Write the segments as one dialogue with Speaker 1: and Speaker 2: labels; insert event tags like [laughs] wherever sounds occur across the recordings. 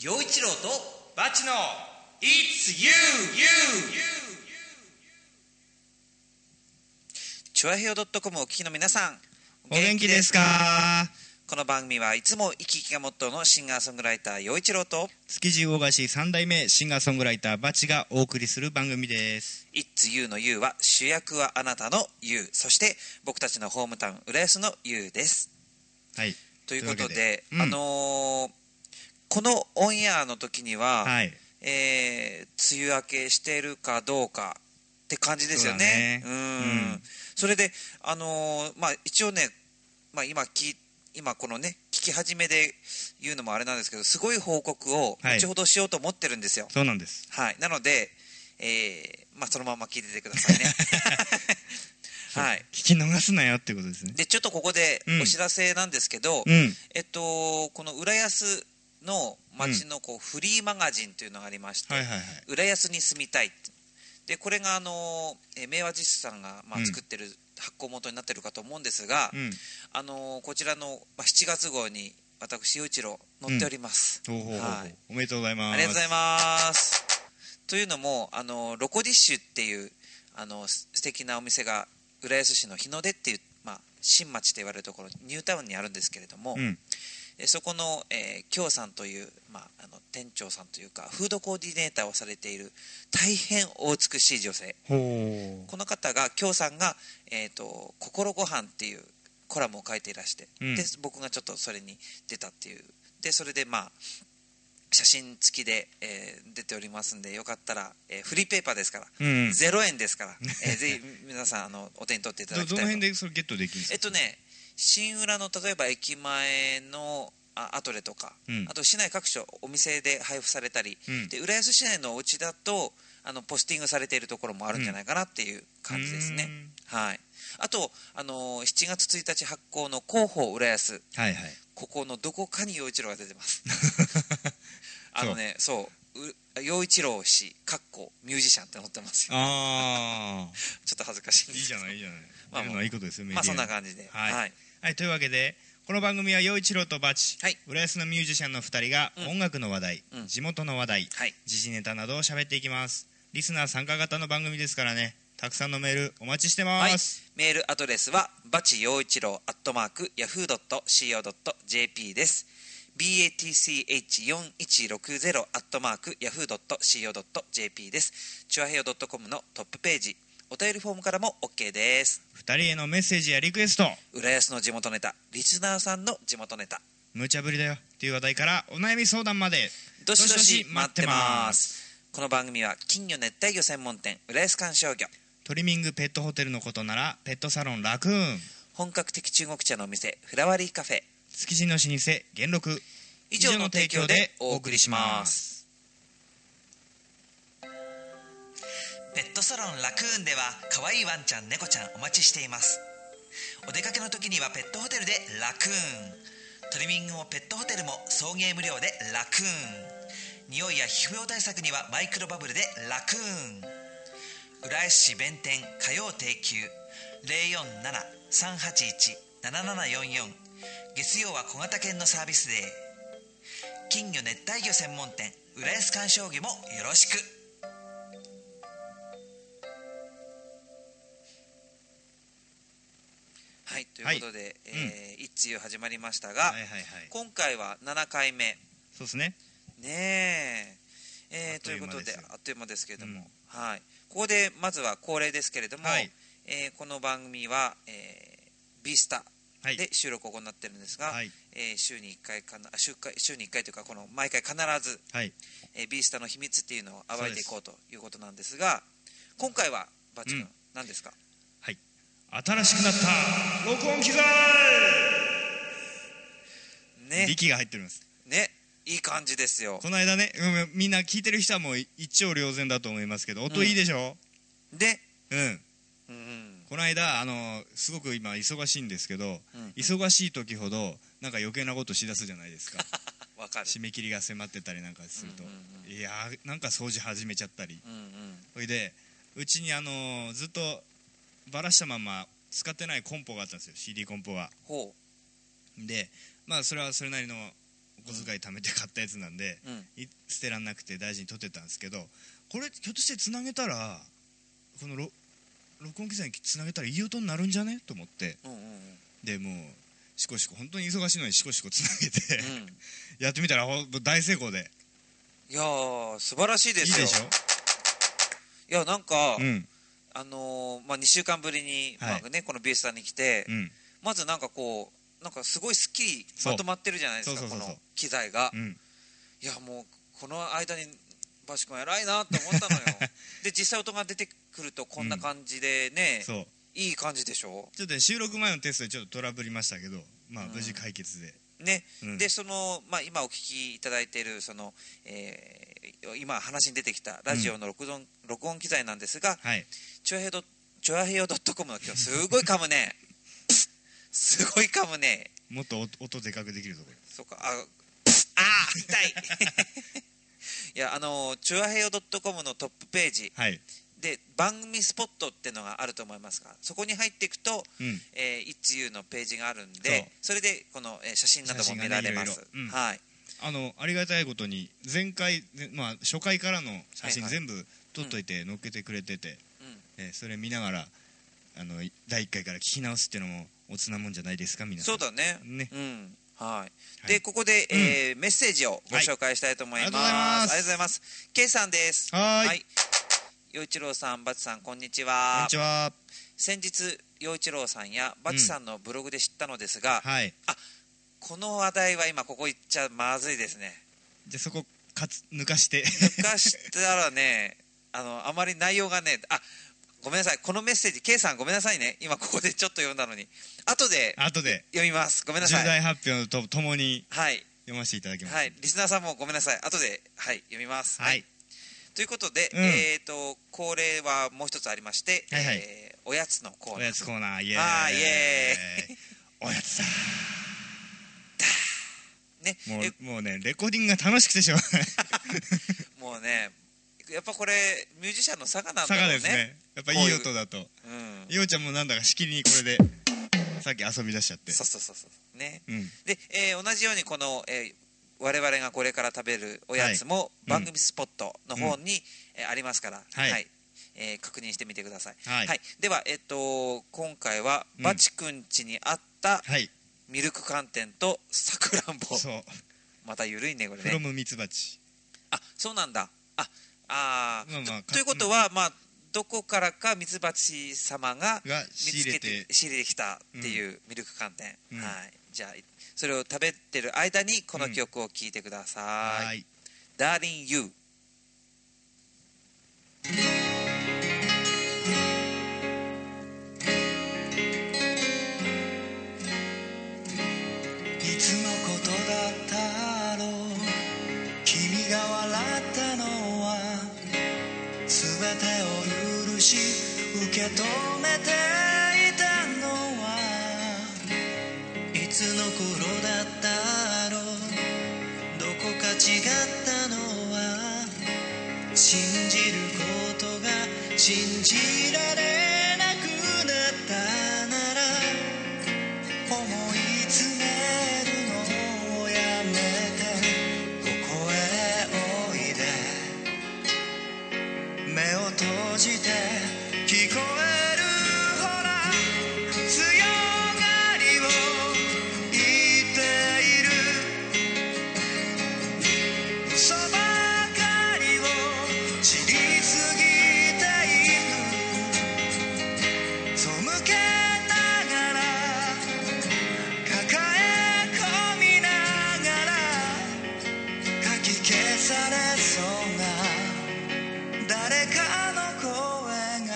Speaker 1: 陽一郎とバチの It's you, you, you. チョアヘオ .com をお聞きの皆さん
Speaker 2: お元気ですか
Speaker 1: この番組はいつも生き生きがモットーのシンガーソングライター陽一郎と
Speaker 2: 築地魚菓子3代目シンガーソングライターバチがお送りする番組です。
Speaker 1: It's you の you は主役はあなたの you そして僕たちのホームタウン浦安の you です
Speaker 2: はい。
Speaker 1: ということで
Speaker 2: というわけでうん
Speaker 1: あのーこのオンエアの時には、
Speaker 2: はい。
Speaker 1: えー梅雨明けしてるかどうかって感じですよね。う
Speaker 2: そうだ
Speaker 1: ん、
Speaker 2: うん
Speaker 1: それで、あのーまあ、一応ね、まあ、今き、今このね、聞き始めで言うのもあれなんですけど、すごい報告を
Speaker 2: はい
Speaker 1: 後ほどしようと思ってるんですよ。
Speaker 2: そうなんです。
Speaker 1: はい。なので、えーまあ、そのまま聞いててくださいね。
Speaker 2: [laughs]
Speaker 1: はい。
Speaker 2: 聞き逃すなよってことですね。
Speaker 1: で、ちょっとここで
Speaker 2: うん
Speaker 1: お知らせなんですけど、
Speaker 2: うん。
Speaker 1: えっと、この浦安の町のこうフリーマガジンというのがありまして、
Speaker 2: はいはいはい。
Speaker 1: 浦安に住みたいってでこれがあのえー明和実施さんが、ま
Speaker 2: う
Speaker 1: あ、
Speaker 2: ん
Speaker 1: 作ってる発行元になってるかと思うんですが、
Speaker 2: うん。
Speaker 1: あのーこちらの、まあ、7月号に私陽一郎載っております、
Speaker 2: ほうほうほうほう
Speaker 1: はい
Speaker 2: おめでとうございます。
Speaker 1: ありがとうございますというのもあのーロコディッシュっていうあのーす素敵なお店が浦安市の日の出っていう、まあ、新町と言われるところニュータウンにあるんですけれども、
Speaker 2: うん。
Speaker 1: えそこの、えー、京さんという、まあ、あの店長さんというかフードコーディネーターをされている大変お美しい女性
Speaker 2: ほ
Speaker 1: この方が京さんが「えー、と心ご飯っていうコラムを書いていらして、
Speaker 2: うん
Speaker 1: で僕がちょっとそれに出たっていうでそれでまあ写真付きで、えー出ておりますんでよかったら、えーフリーペーパーですから、
Speaker 2: う。うん。ど
Speaker 1: 0円ですから、えーぜひ皆さんあのお手に取っていただきたいと
Speaker 2: どの
Speaker 1: 思います
Speaker 2: 辺でそれゲットできるんですか
Speaker 1: えっとね新浦の例えば駅前のあアトレとか、
Speaker 2: うん
Speaker 1: あと市内各所お店で配布されたり、
Speaker 2: うん
Speaker 1: で浦安市内のお家だとあのポスティングされているところもあるんじゃないかなっていう感じですね、はい、あと、あのー7月1日発行の広報浦安
Speaker 2: うんはいはい。
Speaker 1: ここのどこかに陽一郎が出てます
Speaker 2: [laughs]
Speaker 1: あのねそうう陽一郎氏かっこミュージシャンって載ってますよ
Speaker 2: ああ。
Speaker 1: ちょっと恥ずかしいん [laughs]
Speaker 2: いい
Speaker 1: です
Speaker 2: じ
Speaker 1: け
Speaker 2: ゃ
Speaker 1: ど
Speaker 2: ないいいじゃない。
Speaker 1: まあ
Speaker 2: 出るのはいいことですよ、メデ
Speaker 1: まあ
Speaker 2: ィアに
Speaker 1: そんな感じで
Speaker 2: はい
Speaker 1: はい
Speaker 2: はい、というわけでこの番組は陽一郎とバチ、
Speaker 1: はい
Speaker 2: 浦安のミュージシャンの2人が
Speaker 1: うん
Speaker 2: 音楽の話題、
Speaker 1: うん
Speaker 2: 地元の話題
Speaker 1: はい
Speaker 2: 時事ネタなどを喋っていきますリスナー参加型の番組ですからねたくさんのメールお待ちしてます、
Speaker 1: メールアドレスはバチ陽一郎アットマークヤフー .co.jp です。batch4160 アットマークヤフー .co.jp です。チュアヘヨ .com のトップページ、お便りフォームからも OK です。
Speaker 2: 2人へのメッセージやリクエスト
Speaker 1: 浦安の地元ネタ、リスナーさんの地元ネタ、
Speaker 2: 無茶ぶりだよっていう話題からお悩み相談まで
Speaker 1: どしどし待ってま。
Speaker 2: どしどし待ってます
Speaker 1: この番組は金魚熱帯魚専門店浦安観賞魚
Speaker 2: トリミングペットホテルのことならペットサロンラクーン
Speaker 1: 本格的中国茶のお店フラワリーカフェ
Speaker 2: 築地の老舗元禄
Speaker 1: 以上の提供でお送りしますペットサロンラクーンでは可愛いワンちゃん猫ちゃんお待ちしていますお出かけの時にはペットホテルでラクーントリミングもペットホテルも送迎無料でラクーン匂いや皮膚病対策にはマイクロバブルでラクーン浦安市弁天火曜定休047-381-7744月曜は小型犬のサービスデー金魚熱帯魚専門店浦安鑑賞魚もよろしくはいということで、えー一通始まりましたが、
Speaker 2: はいはいはい
Speaker 1: 今回は7回目
Speaker 2: そうですね
Speaker 1: ねええー
Speaker 2: あっ
Speaker 1: と
Speaker 2: と
Speaker 1: い
Speaker 2: いう
Speaker 1: こ
Speaker 2: う間
Speaker 1: とで
Speaker 2: ですよ
Speaker 1: あっという間ですけれども、
Speaker 2: うん
Speaker 1: はい、ここでまずは恒例ですけれども、
Speaker 2: はい
Speaker 1: えーこの番組は、えー、ビースタ
Speaker 2: はい
Speaker 1: で収録を行ってるんですが、
Speaker 2: はい
Speaker 1: えー週に1回かなあ週回週に1回というかこの毎回必ず、
Speaker 2: はい
Speaker 1: えー、ビースタの秘密っていうのを暴いていこうということなんですが今回はバッチ君、
Speaker 2: うん
Speaker 1: 何ですか
Speaker 2: 新しくなった録音機材
Speaker 1: ね
Speaker 2: 力が入っております
Speaker 1: ねいい感じですよ
Speaker 2: この間ね、うん、みんな聞いてる人はもう一応瞭然だと思いますけど音いいでしょ
Speaker 1: で、
Speaker 2: うん、
Speaker 1: うんうん、
Speaker 2: この間あのすごく今忙しいんですけど、
Speaker 1: うん
Speaker 2: 忙しい時ほどなんか余計なことしだすじゃないですか [laughs]
Speaker 1: わかる、
Speaker 2: 締め切りが迫ってたりなんかすると、
Speaker 1: うん
Speaker 2: いやーなんか掃除始めちゃったり
Speaker 1: うんうん、
Speaker 2: ほいでうちにあのーずっとばらしたまま使ってないコンポがあったんですよ CD コンポが
Speaker 1: ほ
Speaker 2: でまあそれはそれなりの小遣い貯めて買ったやつなんで、
Speaker 1: うん
Speaker 2: い捨てらんなくて大事に取ってたんですけどこれひょっとしてつなげたらこのろ録音機材につなげたらいい音になるんじゃねと思って
Speaker 1: うんうんうん
Speaker 2: でもうしこしこ本当に忙しいのにしこしこつなげて、
Speaker 1: うん
Speaker 2: [laughs] やってみたらほんと大成功で
Speaker 1: いやー素晴らしい
Speaker 2: いい
Speaker 1: で
Speaker 2: です
Speaker 1: よ
Speaker 2: し
Speaker 1: いやなんか、
Speaker 2: ょうん
Speaker 1: あのーまあ、2週間ぶりに、
Speaker 2: はい
Speaker 1: まあね、この BS さんに来て、
Speaker 2: うん
Speaker 1: まずなんかこうなんかすごいすっきり
Speaker 2: そう
Speaker 1: まとまってるじゃないですか
Speaker 2: そうそうそうそう
Speaker 1: この機材が、
Speaker 2: う
Speaker 1: い
Speaker 2: ん
Speaker 1: やもうこの間にバシ君偉いなって思ったのよ
Speaker 2: [laughs]
Speaker 1: で実際音が出てくるとこんな感じでね、
Speaker 2: そう
Speaker 1: いい感じでしょ
Speaker 2: ちょっとね収録前のテストでちょっとトラブりましたけどまあ
Speaker 1: うん
Speaker 2: 無事解決で、
Speaker 1: ね、
Speaker 2: うん
Speaker 1: でその、まあ、今お聞きいただいているその、えー今話に出てきたラジオの録音,、録音機材なんですが
Speaker 2: はい
Speaker 1: チョアヘドチョアヘヨ .com の今日すごい噛むねすごい噛むね
Speaker 2: もっと音音でかくできるとこ
Speaker 1: そうかああー痛いいやあのチュアヘヨ .com のトップページ
Speaker 2: ろはい
Speaker 1: で番組スポットっていうのがあると思いますがそこに入っていくと「
Speaker 2: うん
Speaker 1: えー、IT'SYOU」のページがあるんでそれでこの、えー写真なども見られます、
Speaker 2: 写真がねいろいろうん
Speaker 1: はい
Speaker 2: あのありがたいことに前回、ぜまあ、初回からの写真
Speaker 1: はいは
Speaker 2: 全部撮っといて載っけてくれてて、えーそれ見ながらあのい第1回から聞き直すっていうのもおつなもんじゃないですか皆さ
Speaker 1: そ
Speaker 2: ん
Speaker 1: うだね
Speaker 2: ね
Speaker 1: うんはい
Speaker 2: はい
Speaker 1: でここで、えーメッセージをご紹介したいと思います、
Speaker 2: はいありがと
Speaker 1: あり
Speaker 2: うございます
Speaker 1: がとうございます K さんです
Speaker 2: はーい
Speaker 1: 陽一郎さんバツさんこんにち
Speaker 2: こん
Speaker 1: は
Speaker 2: にちは
Speaker 1: 先日陽一郎さんやバチさんのブログで知ったのですが、
Speaker 2: はい
Speaker 1: この話題は今ここ行っちゃまずいですね
Speaker 2: じゃあそこかつ抜かし
Speaker 1: [laughs]
Speaker 2: て
Speaker 1: 抜かしたらね [laughs] あのあまり内容がねあごめんなさいこのメッセージ K さんごめんなさいね今ここでちょっと読んだのに後で
Speaker 2: 後で
Speaker 1: 読みますごめんな
Speaker 2: 重
Speaker 1: さい
Speaker 2: 大発表とともに
Speaker 1: はい
Speaker 2: 読ませていただきます
Speaker 1: はいリスナーさんもごめんなさい後ではい読みます
Speaker 2: はい
Speaker 1: ということで、
Speaker 2: うん
Speaker 1: えっ、と恒例はもう一つありまして、
Speaker 2: はいはい
Speaker 1: えーおやつのコー
Speaker 2: お
Speaker 1: ナー
Speaker 2: やつコーナーイエーイ
Speaker 1: あーイエ
Speaker 2: おやつだ
Speaker 1: ね
Speaker 2: も
Speaker 1: え
Speaker 2: うもうねレコーディングが楽しくてしょうがない
Speaker 1: もうねやっぱこれミュージシャンの差がなんだ
Speaker 2: 佐
Speaker 1: ろう
Speaker 2: 賀
Speaker 1: ね
Speaker 2: ですねやっぱいい音だと
Speaker 1: うん
Speaker 2: ようちゃんもなんだかしきりにこれでさっき遊び出しちゃって
Speaker 1: そうそうそうそうね
Speaker 2: うん
Speaker 1: で、えー同じようにこの、えー我々がこれから食べるおやつも
Speaker 2: い
Speaker 1: 番組スポットの方に、えーありますから、
Speaker 2: はい
Speaker 1: えー確認してみてください、
Speaker 2: はい
Speaker 1: では、えっと今回は
Speaker 2: うん
Speaker 1: バチくん家にあった
Speaker 2: はい
Speaker 1: ミルク寒天とさくらんぼ
Speaker 2: そう
Speaker 1: またゆるいねこ
Speaker 2: 「
Speaker 1: れ
Speaker 2: フロ
Speaker 1: ね
Speaker 2: ムミツバチ
Speaker 1: あそうなんだああー、
Speaker 2: まあまあ
Speaker 1: とということは、まあ、どこからかミツバチ様が」
Speaker 2: が
Speaker 1: 見
Speaker 2: 仕
Speaker 1: つ
Speaker 2: 入
Speaker 1: け
Speaker 2: れ
Speaker 1: て
Speaker 2: て
Speaker 1: 仕入れてきたっていうミルク寒天、
Speaker 2: うん
Speaker 1: はいじゃあそれを食べてる間にこの曲を聴いてください「
Speaker 2: はい
Speaker 1: ダーリン・ユー」
Speaker 3: いつのことだったろう君が笑ったのは全てを許し受け止めていたのはいつの頃だったろうどこか違ったのは信じることが信じられなくなったなら思い詰めるのをやめてここへおいで目を閉じて聞こえるほら強がりを言っている嘘ばかりを知りすぎている背けながら抱え込みながらかき消されそうな誰かの声が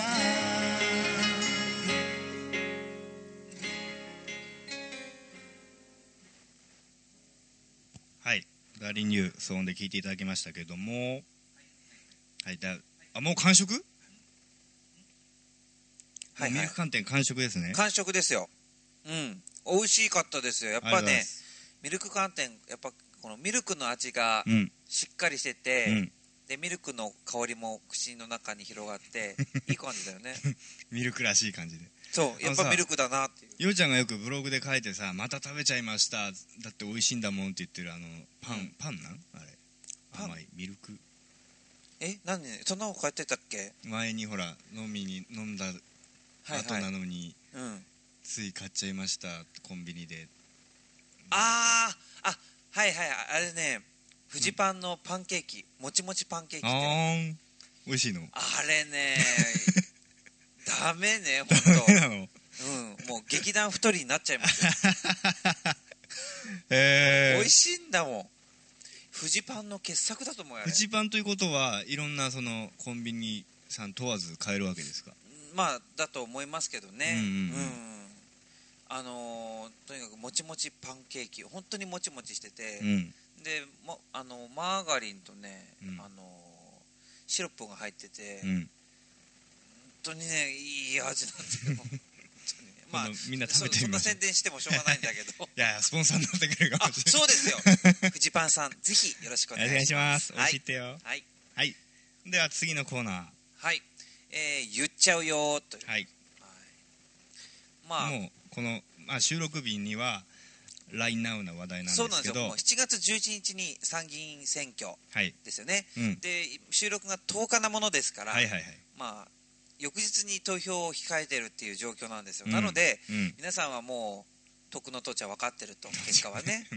Speaker 2: はい「ダーリン・ユー」騒音で聞いていただきましたけどもはいだあもう完食
Speaker 1: はいはい
Speaker 2: もうミルク寒天完食ですね
Speaker 1: 完食ですようん美味しかったですよやっ
Speaker 2: あり
Speaker 1: ぱ
Speaker 2: がとうございま
Speaker 1: ね
Speaker 2: す
Speaker 1: ミルク寒天やっぱこのミルクの味が
Speaker 2: うん
Speaker 1: しっかりして
Speaker 2: う
Speaker 1: て、
Speaker 2: ん
Speaker 1: でミルク
Speaker 2: [laughs]
Speaker 1: の香りも口の中に広がっていい感じだよね
Speaker 2: ミルクらしい感じで
Speaker 1: そうやっぱミルクだなっていう
Speaker 2: ようちゃんがよくブログで書いてさ「また食べちゃいました」だって美味しいんだもんって言ってるあのパン、パンなんあれ
Speaker 1: パン
Speaker 2: 甘いミルク
Speaker 1: え何そんなことやってたっけ
Speaker 2: 前にほら飲みに飲んだ
Speaker 1: はい
Speaker 2: 後
Speaker 1: はい、う、
Speaker 2: なんのに
Speaker 1: あ
Speaker 2: つい買っちゃいましたコンビニで
Speaker 1: あーあはいはいあれねフジパンのパンケーキ、もちもちパンケーキ
Speaker 2: あ
Speaker 1: ってあ
Speaker 2: ーん美味しいの [laughs]
Speaker 1: れねダメね
Speaker 2: ダ
Speaker 1: 本
Speaker 2: メなの
Speaker 1: 当うんもう劇団太りになっちゃいますよ
Speaker 2: え
Speaker 1: 美
Speaker 2: ー
Speaker 1: 味しいんだもんフジパンの傑作だと思うよあ
Speaker 2: フ
Speaker 1: れ
Speaker 2: ジパンということはいろんなそのコンビニさん問わず買えるわけですか
Speaker 1: まあだと思いますけどね
Speaker 2: う
Speaker 1: うんん、
Speaker 2: うんうん
Speaker 1: あのーとにかくもちもちパンケーキ本当にもちもちしてて、
Speaker 2: うん
Speaker 1: でもあのマーガリンとね、
Speaker 2: うん
Speaker 1: あのシロップが入ってて、
Speaker 2: う
Speaker 1: 本
Speaker 2: ん
Speaker 1: 当にねいい味なん
Speaker 2: [laughs]
Speaker 1: だよ本当にねまあ
Speaker 2: 今度みんな食べてみまし
Speaker 1: そそんな
Speaker 2: ょう
Speaker 1: 宣伝してもしょうがないんだけど
Speaker 2: いやいやスポンサーになってくれるか
Speaker 1: あ
Speaker 2: もしれない
Speaker 1: そうです
Speaker 2: [laughs]
Speaker 1: よフジパンさんぜひよろしくお願
Speaker 2: お願
Speaker 1: い
Speaker 2: い
Speaker 1: し
Speaker 2: し
Speaker 1: ま
Speaker 2: ますす美味しい
Speaker 1: い
Speaker 2: ってよ
Speaker 1: はい、
Speaker 2: では次のコーナ
Speaker 1: はいえー言っちゃうよーという
Speaker 2: ーはい
Speaker 1: まあ
Speaker 2: もうこの、まあ、収録日には LINE ナウな話題なん
Speaker 1: そう
Speaker 2: で
Speaker 1: なん
Speaker 2: す
Speaker 1: で
Speaker 2: け
Speaker 1: すよ
Speaker 2: ど
Speaker 1: もう7月11日に参議院選挙
Speaker 2: はい、
Speaker 1: ですよね
Speaker 2: うん、
Speaker 1: で収録が10日なものですから、
Speaker 2: はいはいはい
Speaker 1: まあ翌日に投票を控えてるっていう状況なんですよ、
Speaker 2: うん
Speaker 1: なので
Speaker 2: うん
Speaker 1: 皆さんはもう徳の土地は分かってると結果は
Speaker 2: [laughs]
Speaker 1: ね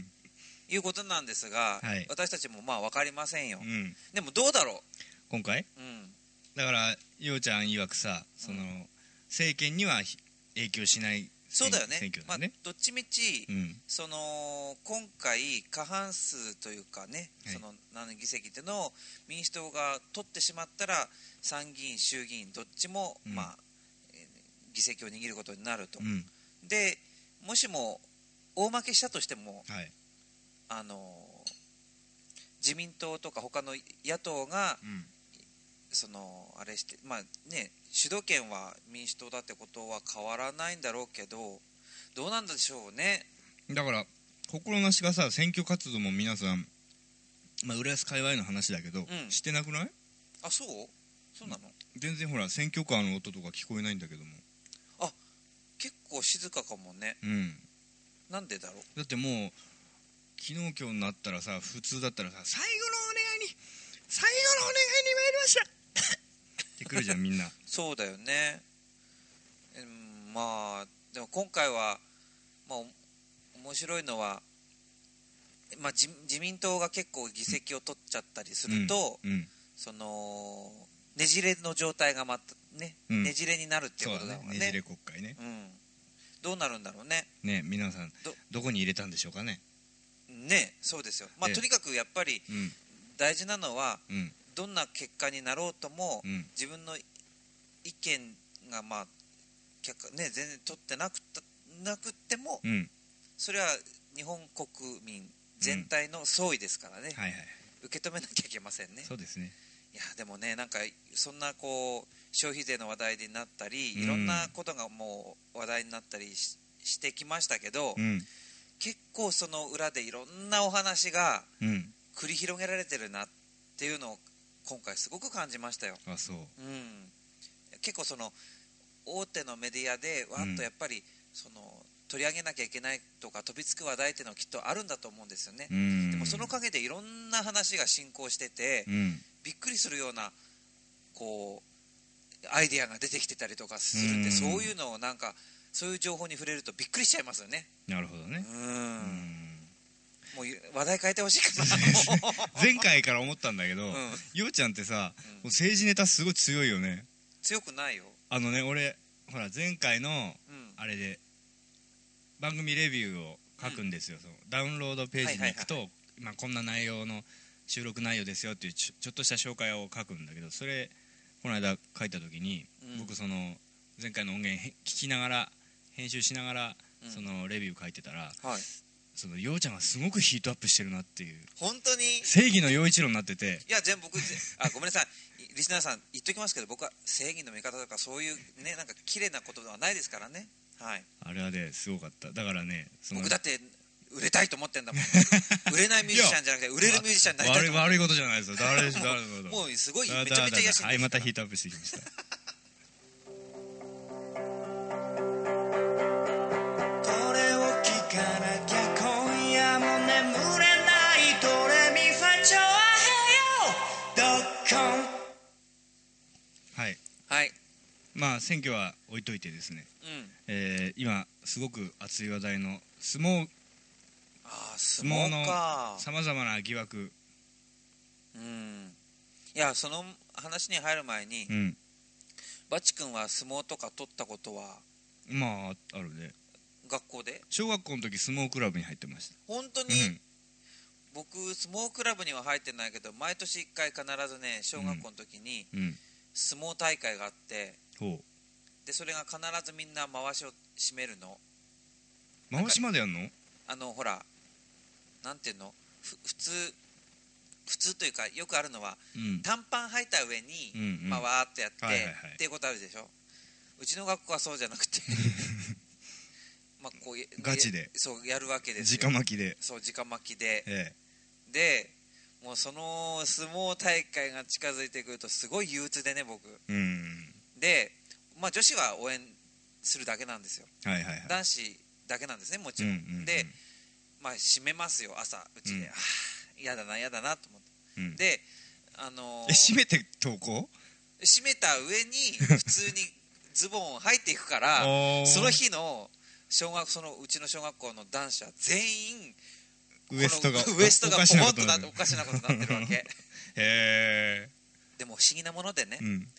Speaker 1: いうことなんですが、
Speaker 2: はい
Speaker 1: 私たちもまあ分かりませんよ、
Speaker 2: うん
Speaker 1: でもどうだろ
Speaker 2: 今回
Speaker 1: う、うん、
Speaker 2: だからようちゃん曰くさその、
Speaker 1: う
Speaker 2: 政権にはひ影響しない
Speaker 1: そうだよね
Speaker 2: 選挙
Speaker 1: ま
Speaker 2: だ
Speaker 1: あ
Speaker 2: ね、、
Speaker 1: どっちみち、
Speaker 2: うん
Speaker 1: その今回過半数というかね、
Speaker 2: はい
Speaker 1: その何議席っていうのを民主党が取ってしまったら参議院衆議院どっちも、
Speaker 2: うん
Speaker 1: まあえー議席を握ることになると、
Speaker 2: うん
Speaker 1: でもしも大負けしたとしても
Speaker 2: はい
Speaker 1: あのー自民党とか他の野党が
Speaker 2: うん
Speaker 1: そのあれしてまあね主導権は民主党だってことは変わらないんだろうけどどうなんでしょうね
Speaker 2: だから心なしがさ選挙活動も皆さん、まあ、浦安界隈の話だけど、
Speaker 1: ん
Speaker 2: してなくない
Speaker 1: あそうそうなの、
Speaker 2: 全然ほら選挙カーの音とか聞こえないんだけども、
Speaker 1: 結構静かかもね
Speaker 2: うん、
Speaker 1: なんでだろう
Speaker 2: だってもう昨日今日になったらさ普通だったらさ「最後のお願いに最後のお願いに参りました!」ってくるじゃんみんな
Speaker 1: そうだよねうんまあでも今回は、まあ、お面白いのは、まあ、自自民党が結構議席を取っちゃったりすると、
Speaker 2: うん
Speaker 1: そのねじれの状態がまたね、
Speaker 2: うん
Speaker 1: ねじれになるっていう
Speaker 2: そう
Speaker 1: こと
Speaker 2: だ
Speaker 1: だ
Speaker 2: ね
Speaker 1: もんね
Speaker 2: ねじれ国会ね
Speaker 1: うん、どうなるんだろうね
Speaker 2: ね皆さんど
Speaker 1: ど
Speaker 2: こに入れたんでしょうかね
Speaker 1: ねそうですよ、まあ
Speaker 2: ええ
Speaker 1: とにかくやっぱり
Speaker 2: うん
Speaker 1: 大事なのは
Speaker 2: うん
Speaker 1: どんな結果になろうとも、
Speaker 2: うん
Speaker 1: 自分の意見がまあ客ね全然取ってなくたなくっても
Speaker 2: うん
Speaker 1: それは日本国民全体の総意ですからね、
Speaker 2: はいはい
Speaker 1: 受け止めなきゃいけませんね
Speaker 2: そうですね
Speaker 1: いやでもねなんかそんなこう消費税の話題になったり、
Speaker 2: うん
Speaker 1: いろんなことがもう話題になったりししてきましたけど、
Speaker 2: うん
Speaker 1: 結構その裏でいろんなお話が
Speaker 2: うん
Speaker 1: 繰り広げられてるなっていうのを今回すごく感じましたよ。
Speaker 2: あそう
Speaker 1: うん、結構その大手のメディアでわっとやっぱりその取り上げなきゃいけないとか飛びつく話題っていうのはきっとあるんだと思うんですよね、
Speaker 2: うん
Speaker 1: でもその陰でいろんな話が進行してて、
Speaker 2: うん
Speaker 1: びっくりするようなこうアイデアが出てきてたりとかするんで、
Speaker 2: うん
Speaker 1: そういうのをなんかそういう情報に触れるとびっくりしちゃいますよね
Speaker 2: なるほどね
Speaker 1: うん、
Speaker 2: うん
Speaker 1: もう話題変えてほしいかな
Speaker 2: 前回から思ったんだけ
Speaker 1: う
Speaker 2: ど、
Speaker 1: ん
Speaker 2: ようちゃんってさ、
Speaker 1: うん
Speaker 2: 政治ネタすごい強いよね
Speaker 1: 強くないよ、
Speaker 2: あのね俺ほら前回の
Speaker 1: うん、
Speaker 2: あれで番組レビューを書くんですよ、そのダウンロードページに行くと、まあ、こんな内容の収録内容ですよっていうちょちょっとした紹介を書くんだけどそれこの間書いた時に、
Speaker 1: うん
Speaker 2: 僕その前回の音源へ聞きながら編集しながら、
Speaker 1: うん
Speaker 2: そのレビュー書いてたら
Speaker 1: はい、
Speaker 2: そのようちゃんがすごくヒートアップしてるなっていう
Speaker 1: 本当に
Speaker 2: 正義の陽一郎になってて
Speaker 1: いや全部僕ぜ [laughs] あごめんなさいリスナーさん言っときますけど僕は正義の味方とかそういうねなんか綺麗なことではないですからねはい
Speaker 2: あれはねすごかっただからねその
Speaker 1: 僕だって売れたいと思って
Speaker 2: [laughs]
Speaker 1: んだもん売れないミュージシャンじゃなくて売れるミュージシャンになりた
Speaker 2: 悪
Speaker 1: い
Speaker 2: い
Speaker 1: と思
Speaker 2: 悪いことじゃないですよ誰です誰です
Speaker 1: うもうすごい
Speaker 2: だ
Speaker 1: めちゃめちゃ癒やし
Speaker 2: だだだはい
Speaker 1: い
Speaker 2: ま
Speaker 1: ん
Speaker 2: た
Speaker 1: で
Speaker 2: ヒー
Speaker 1: す
Speaker 2: トアップしてきましたまあ選挙は置いといてですね、
Speaker 1: うん
Speaker 2: えー今すごく熱い話題の相撲
Speaker 1: ああ相撲か
Speaker 2: さまざまな疑惑、
Speaker 1: うんいやその話に入る前に、
Speaker 2: うん、
Speaker 1: バチ君は相撲とか取ったことは
Speaker 2: まああるね
Speaker 1: 学校で
Speaker 2: 小学校の時相撲クラブに入ってました、
Speaker 1: 本当に、
Speaker 2: うん
Speaker 1: 僕相撲クラブには入ってないけど毎年1回必ずね小学校の時に
Speaker 2: うん、
Speaker 1: 相撲大会があって
Speaker 2: ほう
Speaker 1: でそれが必ずみんな回しを締めるの
Speaker 2: 回しまでやんの
Speaker 1: あのほらなんていうのふ普通普通というかよくあるのは
Speaker 2: うん
Speaker 1: 短パン履いた上に、
Speaker 2: うんうん
Speaker 1: まあ、わーっとやって、
Speaker 2: はいはいはい
Speaker 1: っていうことあるでしょうちの学校はそうじゃなく
Speaker 2: [laughs]
Speaker 1: てまあこうや
Speaker 2: ガチで
Speaker 1: そうやるわけですよ
Speaker 2: 直巻きで
Speaker 1: そう直巻きで
Speaker 2: え
Speaker 1: でもうその相撲大会が近づいてくるとすごい憂鬱でね僕
Speaker 2: えうん
Speaker 1: で、まあ、女子は応援するだけなんですよ
Speaker 2: はいはいはい
Speaker 1: 男子だけなんですねもちろん,、
Speaker 2: うんうんうん
Speaker 1: で、まあ、閉めますよ朝うちで、
Speaker 2: うん
Speaker 1: ああ嫌だな嫌だなと思って、
Speaker 2: うん
Speaker 1: であのー
Speaker 2: え閉めて投稿
Speaker 1: 閉めた上に普通にズボンを履いていく
Speaker 2: [laughs]
Speaker 1: からその日の小学そのうちの小学校の男子は全員
Speaker 2: ウエストが
Speaker 1: このウエストが
Speaker 2: お
Speaker 1: ポ
Speaker 2: かしな
Speaker 1: コッ
Speaker 2: こ
Speaker 1: となっておかしなことになってるわ
Speaker 2: [laughs]
Speaker 1: け
Speaker 2: へえ
Speaker 1: でも不思議なものでね、
Speaker 2: うん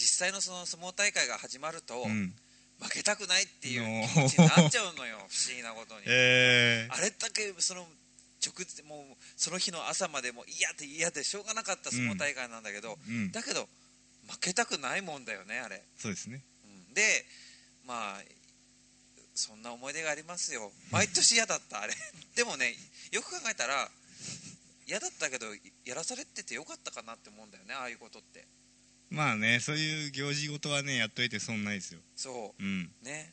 Speaker 1: 実際のその相撲大会が始まると、
Speaker 2: うん
Speaker 1: 負けたくないっていう気持ちになっちゃうの
Speaker 2: [laughs]
Speaker 1: よ不思議なことに、
Speaker 2: ええ
Speaker 1: あれだけその直もうその日の朝までもう嫌で嫌でしょうがなかった相撲大会なんだけど、
Speaker 2: うん
Speaker 1: だけど負けたくないもんだよねあれ、
Speaker 2: そうですね
Speaker 1: うんでまあそんな思い出がありますよ毎年嫌だったあれ [laughs] でもねよく考えたら嫌だったけどやらされててよかったかなって思うんだよねああいうことって
Speaker 2: まあねそういう行事事はねやっといて損ないですよ
Speaker 1: そ
Speaker 2: うん
Speaker 1: うね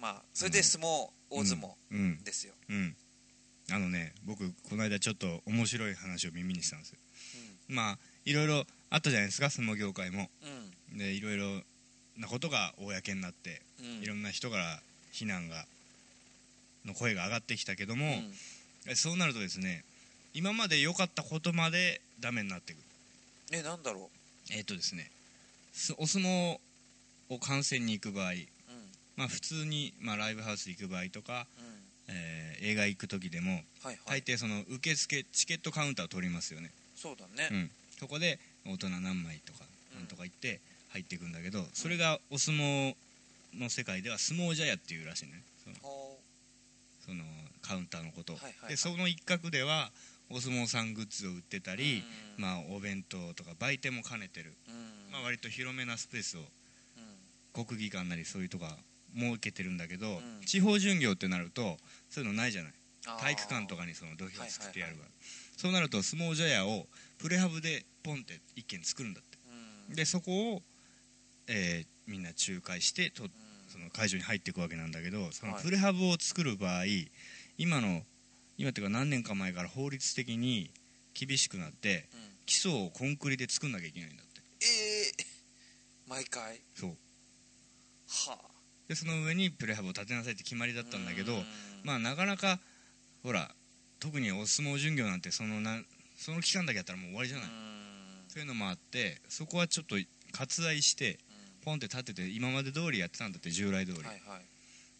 Speaker 1: まあそれで相撲、大相撲
Speaker 2: うん
Speaker 1: ですよ、
Speaker 2: うんあのね僕この間ちょっと面白い話を耳にしたんですよまあいろいろあったじゃないですか相撲業界も
Speaker 1: うんうん
Speaker 2: でいろいろなことが公になって
Speaker 1: うん
Speaker 2: いろんな人から非難がの声が上がってきたけども、
Speaker 1: うん
Speaker 2: えそうなるとですね今まで良かったことまでダメになってくる
Speaker 1: えなんだろ
Speaker 2: えっ、とですねすお相撲を観戦に行く場合、
Speaker 1: ううん
Speaker 2: まあ、普通に、まあ、ライブハウス行く場合とか、
Speaker 1: うん
Speaker 2: えー映画行く時でも
Speaker 1: はいはい、
Speaker 2: 大抵その受付チケットカウンターを取りますよね、
Speaker 1: そうだね、
Speaker 2: うんそこで大人何枚とか
Speaker 1: うん
Speaker 2: なんとか言って入っていくんだけど、それがお相撲の世界では相撲茶屋っていうらしいねその
Speaker 1: ほ
Speaker 2: そのカウンターのこと、
Speaker 1: はいはいはい
Speaker 2: でその一角ではお相撲さんグッズを売ってた
Speaker 1: う
Speaker 2: り、
Speaker 1: うん
Speaker 2: まあ、お弁当とか売店も兼ねてる、
Speaker 1: うん
Speaker 2: まあ、割と広めなスペースを
Speaker 1: うん
Speaker 2: 国技館なりそういうとか設けてるんだけど、
Speaker 1: ん
Speaker 2: 地方巡業ってなるとそういうのないじゃない
Speaker 1: あー
Speaker 2: 体育館とかにその土俵
Speaker 1: はいはいはい
Speaker 2: 作ってやるから、そうなると相撲茶屋をプレハブでポンって一軒作るんだって
Speaker 1: うん
Speaker 2: でそこを、えーみんな仲介してと
Speaker 1: うん
Speaker 2: その会場に入っていくわけなんだけどその
Speaker 1: はい
Speaker 2: プレハブを作る場合、今の今っていうか何年か前から法律的に厳しくなって
Speaker 1: うん
Speaker 2: 基礎をコンクリで作んなきゃいけないんだって
Speaker 1: えー、毎回
Speaker 2: そう
Speaker 1: はあ
Speaker 2: でその上にプレハブを建てなさいって決まりだったんだけど、
Speaker 1: うん
Speaker 2: まあなかなかほら特にお相撲巡業なんてそのなその期間だけやったらもう終わりじゃない、
Speaker 1: うん
Speaker 2: そういうのもあってそこはちょっと割愛してポンって立てて今まで通りやってたんだって従来通り、
Speaker 1: はいはい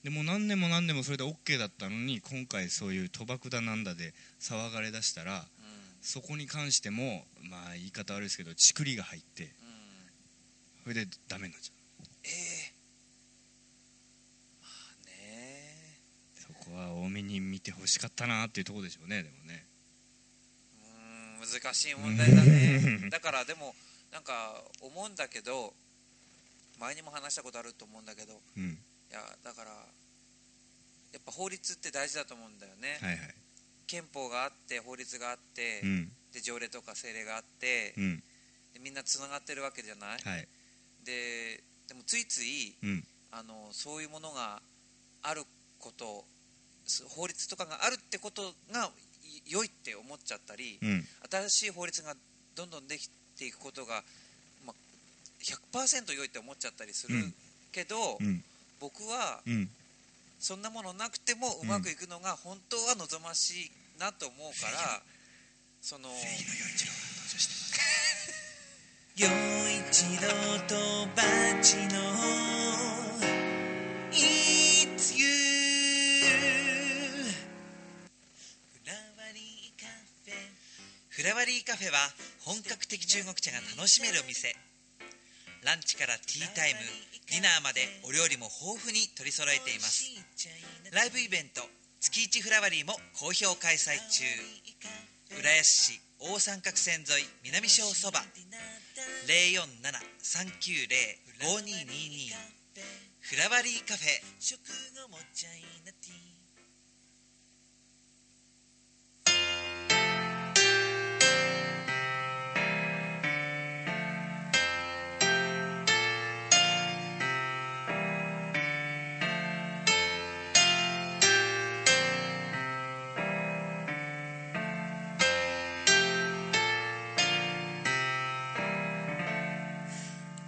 Speaker 2: でもう何年も何年もそれで OK だったのに今回そういう賭博だなんだで騒がれだした
Speaker 1: う
Speaker 2: ら
Speaker 1: ん
Speaker 2: そこに関してもまあ言い方悪いですけどちくりが入って
Speaker 1: うん
Speaker 2: それでダメになっちゃ
Speaker 1: ええまあね
Speaker 2: うそこは多めに見てほしかったなっていうところでしょうねでもね
Speaker 1: うん難しい問題だ
Speaker 2: [laughs]
Speaker 1: ねだからでもなんか思うんだけど前にも話したことあると思うんだけどい
Speaker 2: うん
Speaker 1: やだからやっぱ法律って大事だと思うんだよね、
Speaker 2: はいはい
Speaker 1: 憲法があって法律があって、
Speaker 2: うん
Speaker 1: で条例とか政令があって、
Speaker 2: うん
Speaker 1: でみんなつながってるわけじゃない、
Speaker 2: はい
Speaker 1: ででもついつい
Speaker 2: うん
Speaker 1: あのそういうものがあることそう法律とかがあるってことがい良いって思っちゃったり、
Speaker 2: うん
Speaker 1: 新しい法律がどんどんできていくことが、ま、100%良いって思っちゃったりする
Speaker 2: うん
Speaker 1: けど、
Speaker 2: うん
Speaker 1: 僕は
Speaker 2: うん
Speaker 1: そんなものなくてもうまくいくのが本当は望ましいなと思うから、その。
Speaker 4: よ一郎とバチの
Speaker 5: リーカフェは本格的中国茶が楽しめるお店ランチからティータイムディナーまでお料理も豊富に取り揃えていますライブイベント月一フラワリーも好評開催中浦安市大三角線沿い南小そば0473905222フラワリーカフェ
Speaker 4: 食後もチャイナティー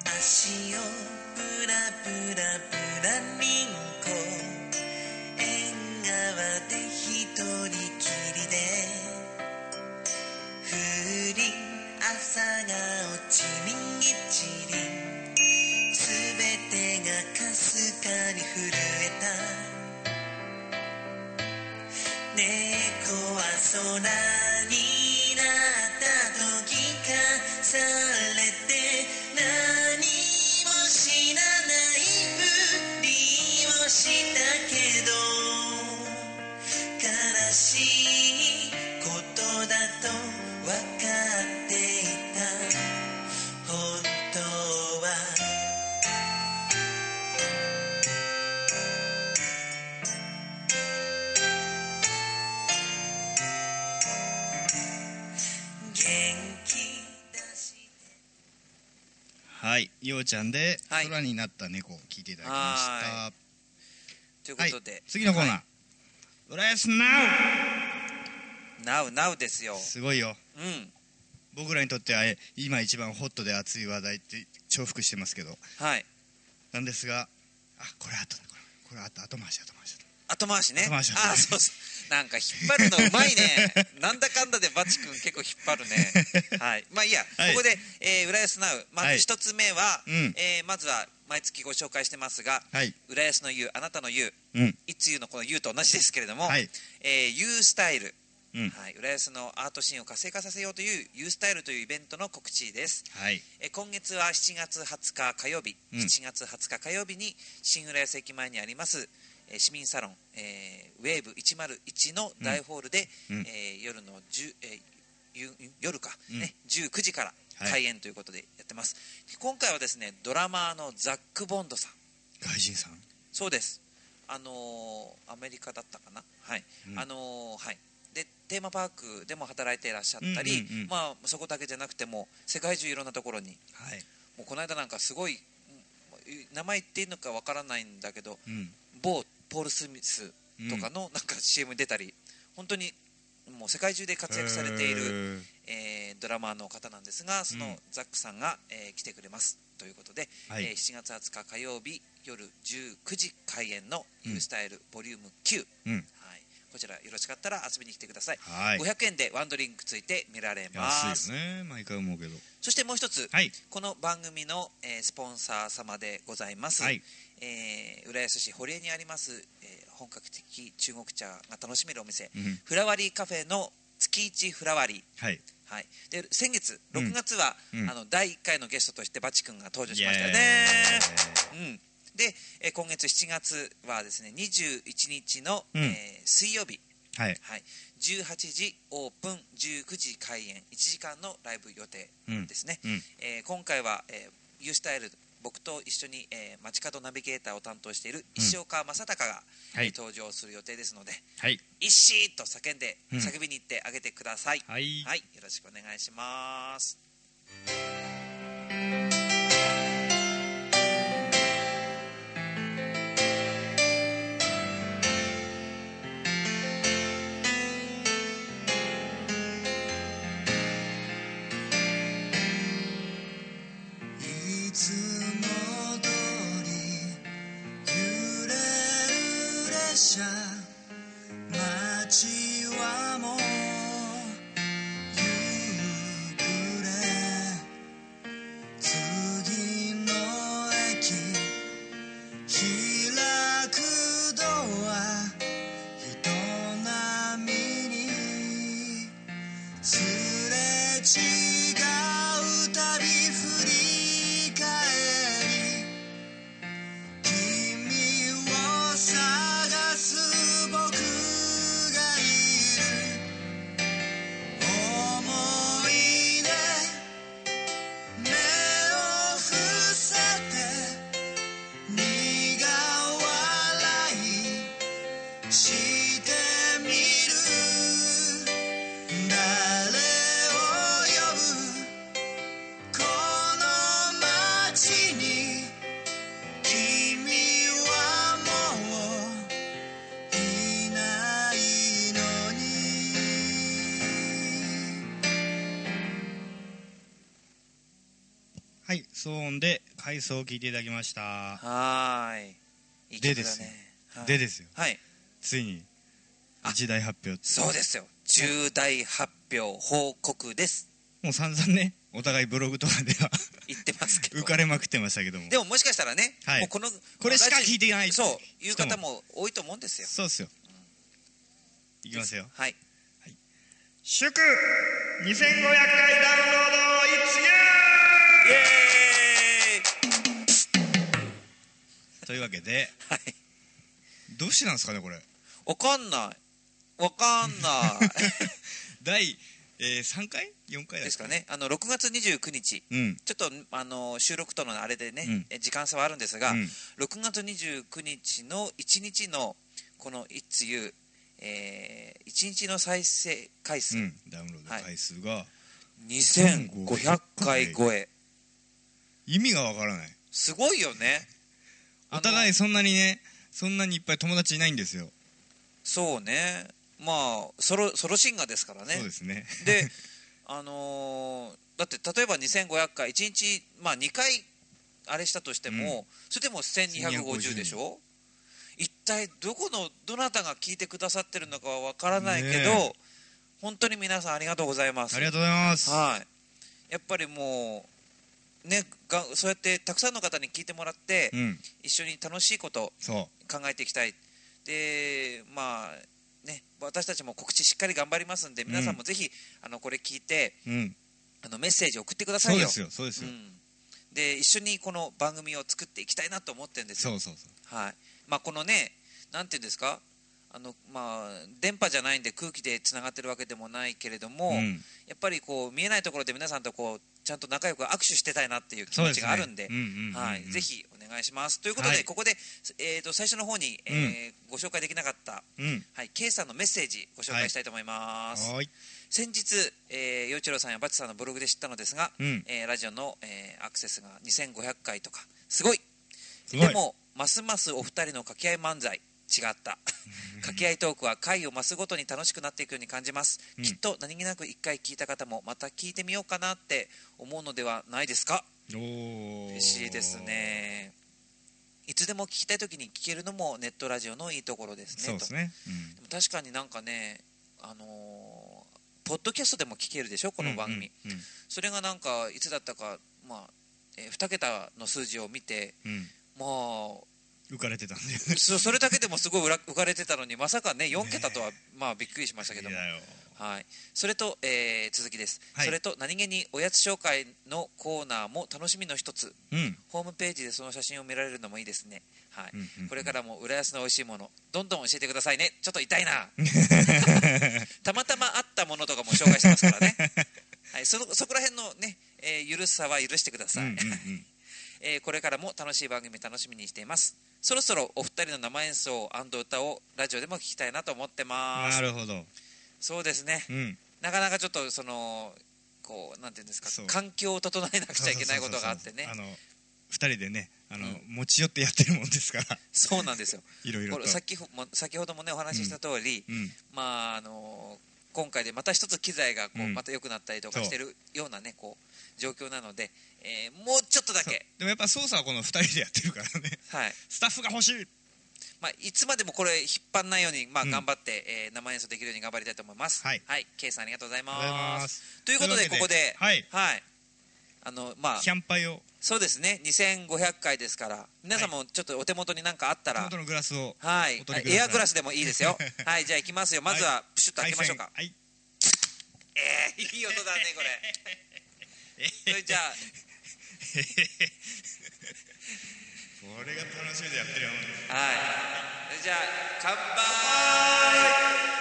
Speaker 4: 足をぶらぶらぶらりんこ縁側で一人きりで風鈴朝が落ちみぎちりすべてがかすかに震えた猫は空になった時かされて何も知らないふりをしたけど悲しいことだと分かっていた本当は元気出し
Speaker 2: はい、ようちゃんで、
Speaker 1: はい
Speaker 2: 空になった猫を聞いていただきました。
Speaker 1: というこ
Speaker 2: はい
Speaker 1: とで、
Speaker 2: 次のコーナー、
Speaker 1: は
Speaker 2: 浦安ナ
Speaker 1: い、ナウナウですよ
Speaker 2: ウ。すごいよ。
Speaker 1: うん。
Speaker 2: 僕らにとってはえ今一番ホットで熱い話題って重複してますけど、
Speaker 1: はい。
Speaker 2: なんですが、あこれ後だこれこれ後後回し後回し後回し
Speaker 1: 後回しね。
Speaker 2: 後回し後
Speaker 1: ああ、
Speaker 2: 回し
Speaker 1: そうそう。なんか引っ張るのうまい
Speaker 2: [laughs]
Speaker 1: ね。なんだかんだでバチ君結構引っ張るね。はい。まあいいや、
Speaker 2: はい
Speaker 1: ここで、えー、浦安ナウ。ま
Speaker 2: は
Speaker 1: ず
Speaker 2: い
Speaker 1: 一つ目は、
Speaker 2: うん
Speaker 1: えーまずは毎月ご紹介してますが、
Speaker 2: はい、
Speaker 1: 浦安の U、あなたの U、
Speaker 2: うん、
Speaker 1: いつ U のこの U と同じですけれども、
Speaker 2: はい、
Speaker 1: えー、U スタイル、
Speaker 2: うん
Speaker 1: はい、浦安のアートシーンを活性化させようという U スタイルというイベントの告知です。
Speaker 2: はい、
Speaker 1: えー今月は7月20日火曜日、
Speaker 2: うん
Speaker 1: 7月20日火曜日に新浦安駅前にあります、えー市民サロン、えーウェーブ101の大ホールで、
Speaker 2: うんうん
Speaker 1: えー夜の10、えーゆ夜か、
Speaker 2: うん
Speaker 1: ね、19時から
Speaker 2: はい
Speaker 1: 開演ということでやってます、今回はですねドラマーのザック・ボンドさん
Speaker 2: 外人さん、
Speaker 1: そうですあのーアメリカだったかなはい、
Speaker 2: うん
Speaker 1: あのーはいでテーマパークでも働いていらっしゃったり、
Speaker 2: うんうんうん
Speaker 1: まあそこだけじゃなくても世界中いろんなところに
Speaker 2: はい、
Speaker 1: もうこの間なんかすごいうん名前言っていいのかわからないんだけど
Speaker 2: うん、
Speaker 1: 某ポール・スミスとかのなんか CM に出たり、本当にもう世界中で活躍されている、
Speaker 2: る、
Speaker 1: えードラマーの方なんですがその
Speaker 2: うん
Speaker 1: ザックさんが、えー来てくれますということで、
Speaker 2: はい
Speaker 1: えー7月20日火曜日夜19時開演の「
Speaker 2: うん
Speaker 1: ユースタイルボリューム9、
Speaker 2: うん
Speaker 1: はい、こちらよろしかったら遊びに来てください、
Speaker 2: はい、
Speaker 1: 500円でワンドリンクついて見られま
Speaker 2: 安
Speaker 1: す、
Speaker 2: いよね、毎回思うけど、
Speaker 1: そしてもう一つ、
Speaker 2: はい、
Speaker 1: この番組の、えースポンサー様でございます、
Speaker 2: はい、
Speaker 1: えー浦安市堀江にあります、えー本格的中国茶が楽しめるお店、
Speaker 2: うん
Speaker 1: フラワリーカフェの月一フラワリー、
Speaker 2: はい、
Speaker 1: はい、で先月
Speaker 2: うん
Speaker 1: 6月は、
Speaker 2: うん
Speaker 1: あの第1回のゲストとしてバチ君が登場しましたよ
Speaker 2: イ
Speaker 1: ね、
Speaker 2: エ
Speaker 1: うん、で、えー今月7月はですね21日の、
Speaker 2: うん
Speaker 1: えー水曜日、
Speaker 2: ーイはい、
Speaker 1: はい、18時オープン19時開演1時間のライブ予定
Speaker 2: うん
Speaker 1: ですね、
Speaker 2: うん
Speaker 1: えー今回は、えー、ユースタイル僕と一緒に、えー、街角ナビゲーターを担当している石岡正隆が、
Speaker 2: はい
Speaker 1: えー登場する予定ですので
Speaker 2: はい、
Speaker 1: 「石!」と叫んで、
Speaker 2: うん
Speaker 1: 叫びに行ってあげてください、
Speaker 2: はい、
Speaker 1: はい、よろしくお願いします
Speaker 4: いつも通りゆらゆら車街はもう夕暮れ月うたび振り返り君を探す僕がいる思い出目を伏せて苦笑いしてみる誰を呼ぶこの街に君はもういないのに
Speaker 2: はい騒音で回想を聞いていただきました
Speaker 1: はーい。いい曲
Speaker 2: でで
Speaker 1: だ
Speaker 2: すよ
Speaker 1: ね。はい
Speaker 2: でですよ
Speaker 1: はい。
Speaker 2: ついに一大発表
Speaker 1: そうですよ。重大発表報告です。
Speaker 2: もう散々ねお互いブログとかでは
Speaker 1: 言ってますけど
Speaker 2: 浮。かれまくってましたけども
Speaker 1: でももしかしたらね、
Speaker 2: はい
Speaker 1: もうこの
Speaker 2: これしか聞いていない
Speaker 1: そういう方も多いと思うんですよ。
Speaker 2: そうっすよいきますよ
Speaker 1: はい。
Speaker 2: 祝2500回ダウンロード一
Speaker 1: イエ
Speaker 2: というわけで
Speaker 1: ーイ。はい。
Speaker 2: どうしてなんですかねこれ
Speaker 1: わかんない。わかんない。
Speaker 2: 第、えー、3回4回だっけ
Speaker 1: ですか
Speaker 2: [laughs]
Speaker 1: ね。あの6月29日。
Speaker 2: うん
Speaker 1: ちょっとあの収録とのあれでね、
Speaker 2: うん
Speaker 1: え時間差はあるんですが、
Speaker 2: うん
Speaker 1: 6月29日の1日のこの「いつゆ」えー、1日の再生回数、
Speaker 2: うんダウンロード回数が、
Speaker 1: 2500回超え
Speaker 2: 意味がわからない
Speaker 1: すごいよね
Speaker 2: お互
Speaker 1: い
Speaker 2: いそんなにねそんなにいっぱい友達いないんですよ、
Speaker 1: そうねまあソロソロシンガーですから
Speaker 2: そうで
Speaker 1: ね
Speaker 2: すね
Speaker 1: であのーだって例えば2500回1日、まあ、2回あれしたとしても、それでも1250でしょ一体どこのどなたが聞いてくださってるのかはわからないけど、
Speaker 2: ね
Speaker 1: 本当に皆さんありがとうございます
Speaker 2: ありがとうございます
Speaker 1: はいやっぱりもうねがそうやってたくさんの方に聞いてもらって、
Speaker 2: うん
Speaker 1: 一緒に楽しいこと
Speaker 2: そ
Speaker 1: 考えていきたいでまあね私たちも告知しっかり頑張りますんで皆さんもぜひ、あのこれ聞いて
Speaker 2: ううん
Speaker 1: あのメッセージ送ってくださ
Speaker 2: そ
Speaker 1: いうよ
Speaker 2: ですよそうですよ、
Speaker 1: うん、で一緒にこの番組を作っていきたいなと思ってるんですよ
Speaker 2: そうそうそう
Speaker 1: はいまあこのねなんていうんですかあのまあ電波じゃないんで空気でつながってるわけでもないけれども、
Speaker 2: うん
Speaker 1: やっぱりこう見えないところで皆さんとこうちゃんと仲良く握手してたいなっていう気
Speaker 2: そう
Speaker 1: 持
Speaker 2: で
Speaker 1: ち
Speaker 2: すね
Speaker 1: があるんで
Speaker 2: うんうんうんうん
Speaker 1: はいぜひお願いしますということで、
Speaker 2: はい
Speaker 1: ここで、えー、と最初の方に、えーご紹介できなかった、
Speaker 2: うん
Speaker 1: はい、K さんのメッセージご紹介したいと思います、
Speaker 2: はーい
Speaker 1: 先日、えー、陽一郎さんやバチさんのブログで知ったのですが、
Speaker 2: うん
Speaker 1: えーラジオの、えーアクセスが2500回とかすごい
Speaker 2: ごい
Speaker 1: でもますますお二人の掛け合い漫才違った掛け合いトークは回を増すごとに楽しくなっていくように感じます、
Speaker 2: うん
Speaker 1: きっと何気なく一回聞いた方もまた聞いてみようかなって思うのではないですか
Speaker 2: おー
Speaker 1: 嬉しいですねいつでも聞きたい時に聞けるのもネットラジオのいいところですね
Speaker 2: そうですね、
Speaker 1: とでも確かになんかねあのーポッドキャストでも聞けるでしょこ
Speaker 2: うん、
Speaker 1: の番組、
Speaker 2: うんうん
Speaker 1: それがなんかいつだったか、まあえ2桁の数字を見て
Speaker 2: うん
Speaker 1: まあ
Speaker 2: 浮かれてたんだよね
Speaker 1: そそれだけでもすごいうら浮かれてたのにまさかね4桁とは、まあびっくりしましたけども、
Speaker 2: だよ
Speaker 1: はい、それと、えー続きです、
Speaker 2: はい
Speaker 1: それと何気におやつ紹介のコーナーも楽しみの一つ
Speaker 2: うん
Speaker 1: ホームページでその写真を見られるのもいいですね、はい
Speaker 2: うんうん
Speaker 1: これからも浦安の美味しいものどんどん教えてくださいねちょっと痛いな
Speaker 2: [laughs]
Speaker 1: たまたまあったものとかも紹介してますからね、はい、そのそこら辺のね、えー許さは許してください、
Speaker 2: うんうんうん
Speaker 1: えーこれからも楽しい番組楽しみにしていますそろそろお二人の生演奏歌をラジオでも聞きたいなと思ってま
Speaker 2: な
Speaker 1: す
Speaker 2: るほど
Speaker 1: そうですね
Speaker 2: うん
Speaker 1: なかなかちょっとそのこうなんていうんですか
Speaker 2: そう
Speaker 1: 環境を整えなくちゃいけないことがあってね
Speaker 2: そうそうそうそうあの二人でねあの、持ち寄ってやってるもんですから
Speaker 1: そうなんですよ
Speaker 2: いろいろ
Speaker 1: ことれ先ほも先ほどもねお話しした通り、
Speaker 2: うん
Speaker 1: まああの今回でまた一つ機材がこう、
Speaker 2: うん
Speaker 1: また良くなったりとか
Speaker 2: そう
Speaker 1: してるようなねこう状況なので、えーもうちょっとだけ、
Speaker 2: でもやっぱ操作はこの二人でやってるからね
Speaker 1: はい
Speaker 2: スタッフが欲しい
Speaker 1: まあ、いつまでもこれ引っ張んないように、まあ、
Speaker 2: うん
Speaker 1: 頑張って、えー生演奏できるように頑張りたいと思います
Speaker 2: はい、
Speaker 1: K さんありがとうござい
Speaker 2: ありがとうござい
Speaker 1: ま
Speaker 2: ますす
Speaker 1: ということで
Speaker 2: という
Speaker 1: ここ
Speaker 2: わけで
Speaker 1: では
Speaker 2: はい
Speaker 1: あのまあ
Speaker 2: キャンパイを
Speaker 1: そうですね2500回ですから皆さんもちょっとお手元に何かあった
Speaker 2: 手
Speaker 1: ら
Speaker 2: 元のグラスを
Speaker 1: はい
Speaker 2: お取りください [laughs]
Speaker 1: エアグラスでもいいですよはいじゃあいきますよまずはプシュッと開けましょうか、
Speaker 2: はい
Speaker 1: えー、いい音だねこれ
Speaker 2: [laughs]
Speaker 1: それじゃあ
Speaker 2: これが楽しみでやってるよ
Speaker 1: はい。それじゃあ、乾杯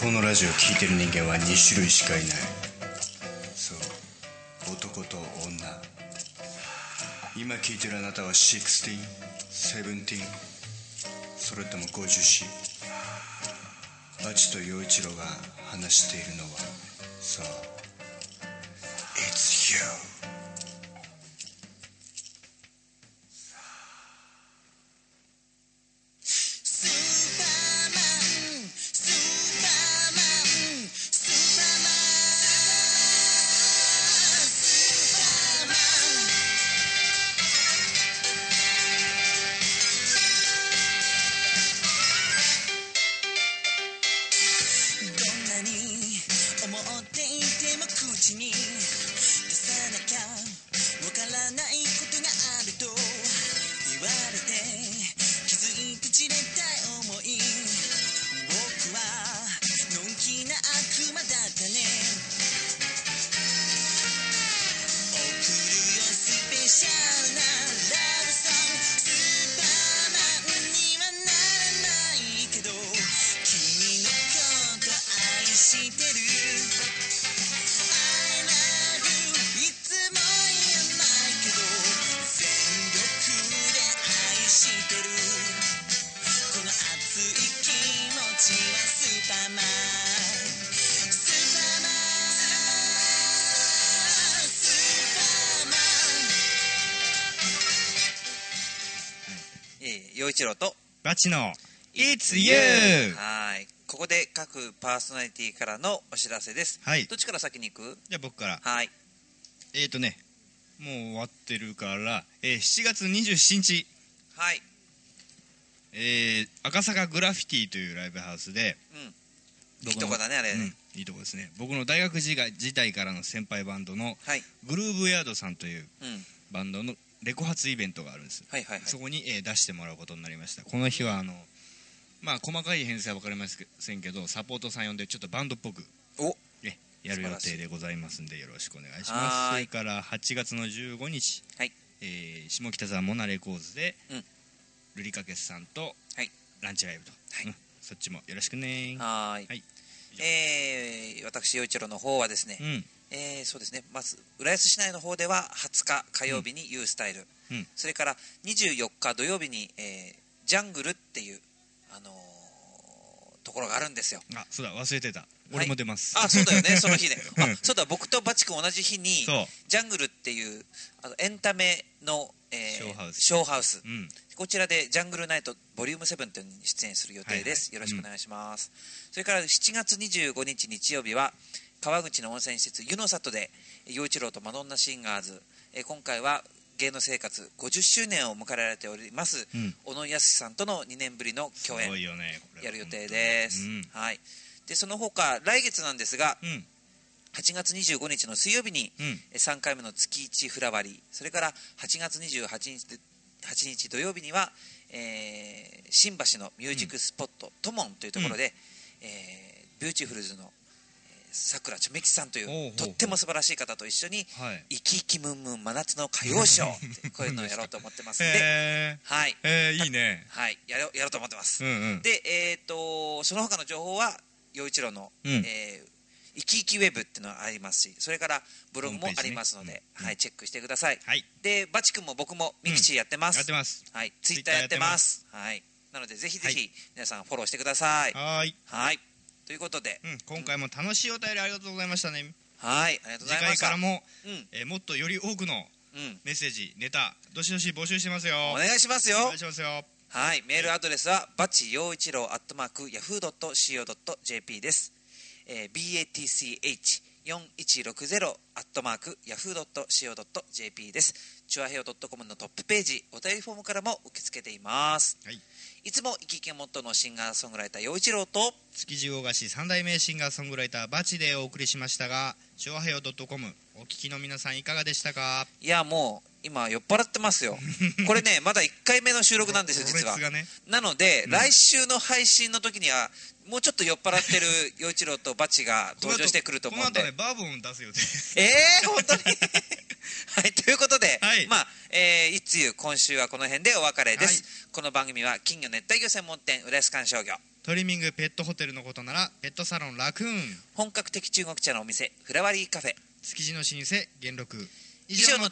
Speaker 6: このラジオを聴いてる人間は2種類しかいないそう男と女今聴いてるあなたは16、17それとも 50C バチと陽一郎が話しているのはそう It's you
Speaker 4: スーパーマンスーパーマンスーパーマンスーパーマンどんなに思っていても口に出さなきゃわからないことがあると言われて気づいてじれた思い僕はのんきな悪魔だったね送るよスペシャルなラブソングスーパーマンにはならないけど君のこと愛してる I love you いつも言えないけど全力で愛してるこの熱い気持ちはスーパーマンスーパーマンスーパーマン
Speaker 1: えー、陽一郎と、
Speaker 2: バチの「It's You
Speaker 1: はい。ここで各パーソナリティからのお知らせです。
Speaker 2: はい
Speaker 1: どっちから先に行く」
Speaker 2: じゃあ僕から
Speaker 1: はい。
Speaker 2: えーとねもう終わってるから、えー7月27日、
Speaker 1: はい。
Speaker 2: えー赤坂グラフィティというライブハウスで、
Speaker 1: いいとこだね、あれ。
Speaker 2: うんいいとこですね僕の大学時代時代からの先輩バンドの
Speaker 1: はい。
Speaker 2: グルーブヤードさんとい
Speaker 1: う
Speaker 2: う
Speaker 1: ん。
Speaker 2: バンドのレコ発イベントがあるんです
Speaker 1: はいはいはい。
Speaker 2: そこに、えー出してもらうことになりましたこの日はあのまあ細かい編成は分かりませんけどサポートさん呼んでちょっとバンドっぽく
Speaker 1: お
Speaker 2: えやる予
Speaker 1: 素晴らし
Speaker 2: 定
Speaker 1: い
Speaker 2: でございますんでよろしくお願いし
Speaker 1: は
Speaker 2: ますそ
Speaker 1: ーい
Speaker 2: れから8月の15日、
Speaker 1: はい
Speaker 2: えー下北沢モナレコーズで、
Speaker 1: うん
Speaker 2: ルリカケスさんと、
Speaker 1: はい
Speaker 2: ランチライブと、
Speaker 1: はい
Speaker 2: うんそっちもよろしくね
Speaker 1: はーい。
Speaker 2: はい
Speaker 1: えー、私、陽一郎の方はですね、
Speaker 2: うん
Speaker 1: えーそうですね、まず浦安市内の方では20日火曜日に U スタイル、
Speaker 2: うん
Speaker 1: それから24日土曜日に、えージャングルっていう、あのーところがあるんですよ。
Speaker 2: あそうだ忘れてた俺も出ます、。
Speaker 1: [laughs] あそうだよね、その日ね
Speaker 2: [laughs] うん
Speaker 1: あそうだ、僕とバチ君同じ日に
Speaker 2: そう、
Speaker 1: ジャングルっていうあのエンタメの、えー
Speaker 2: ショーハウス
Speaker 1: ショーハウス
Speaker 2: うん
Speaker 1: こちらでジャングルナイトボリューム7というのに出演する予定です。
Speaker 2: はいはい
Speaker 1: よろしくお願いします。それから7月25日日曜日は川口の温泉施設湯の里で陽一郎とマドンナシンガーズ、えー今回は芸能生活50周年を迎えられております、
Speaker 2: うん
Speaker 1: 小野康さんとの2年ぶりの
Speaker 2: す
Speaker 1: 共
Speaker 2: ごい
Speaker 1: 演
Speaker 2: よねこれは
Speaker 1: やる予定です。
Speaker 2: うん
Speaker 1: はい。でその他来月なんですが
Speaker 2: うん
Speaker 1: 8月25日の水曜日に
Speaker 2: うん
Speaker 1: えー3回目の月一フラワリーそれから8月28日で8日土曜日には、えー新橋のミュージックスポット、トモンというところで、えービューティフルズのえーさくらちょめきさんという
Speaker 2: ほうほうほう
Speaker 1: とっても素晴らしい方と一緒に
Speaker 2: はい
Speaker 1: 「生き生きムンムン真夏の歌謡ショー」ってこういうのをやろうと思って
Speaker 2: [laughs]
Speaker 1: ますんで、
Speaker 2: へ
Speaker 1: はい、
Speaker 2: ーへーいいね
Speaker 1: はい、やろうやろうと思ってます
Speaker 2: う、んうん
Speaker 1: で、えー、とその他の情報は陽一郎の、
Speaker 2: うん
Speaker 1: えーいきいきウェブっていうのがありますしそれからブログもありますので、
Speaker 2: ホームページねうん
Speaker 1: はい、チェックしてください、
Speaker 2: はい
Speaker 1: でバチ君も僕もミクチーやってます,、
Speaker 2: やってます
Speaker 1: はい、ツイッターやってますはい、なのでぜひぜ
Speaker 2: は
Speaker 1: ひ皆さんフォローしてください、はい
Speaker 2: はーい、
Speaker 1: ということで、
Speaker 2: うん、今回も楽しいお便りありがとうございましたね
Speaker 1: はいありがとうご
Speaker 2: 次
Speaker 1: ざいま
Speaker 2: 回
Speaker 1: し
Speaker 2: か
Speaker 1: た
Speaker 2: らも、
Speaker 1: うん
Speaker 2: えーもっとより多くの
Speaker 1: うん
Speaker 2: メッセージネタどしどし募集してますよ
Speaker 1: お願いしますよ
Speaker 2: お願いしますよ
Speaker 1: はい、メールアドレスはバチ陽一郎アットマークヤフー .co.jp です。えー、batch 4160アットマークヤフー .co.jp です。チュアヘオ .com のトップページ、お便りフォームからも受け付けています。
Speaker 2: はい、
Speaker 1: いつも生き生きモットーのシンガーソングライター陽一郎と、
Speaker 2: 築地大菓子三代目シンガーソングライターバチでお送りしましたが「昭和平和 .com」お聞きの皆さんいかがでしたか
Speaker 1: いやもう今酔っ払ってますよこれねまだ1回目の収録なん
Speaker 2: [laughs]
Speaker 1: ですよ実は
Speaker 2: ろれつがね
Speaker 1: なので、
Speaker 2: うん
Speaker 1: 来週の配信の時にはもうちょっと酔っ払って
Speaker 2: [laughs]
Speaker 1: る陽一郎とバチが登場してくると思うんで
Speaker 2: この後ねバーボン出す予定 [laughs]
Speaker 1: ええー、本当に [laughs] はい、ということで、
Speaker 2: はい
Speaker 1: まあ、えー、いつゆ今週はこの辺でお別れです。この番組は金魚熱帯魚専門店浦安観賞魚。
Speaker 2: トリミングペットホテルのことならペットサロンラクーン
Speaker 1: 本格的中国茶のお店、フラワリーカフェ。
Speaker 2: 築地の老舗元禄以
Speaker 1: 以
Speaker 2: 上
Speaker 1: 上
Speaker 2: の
Speaker 1: の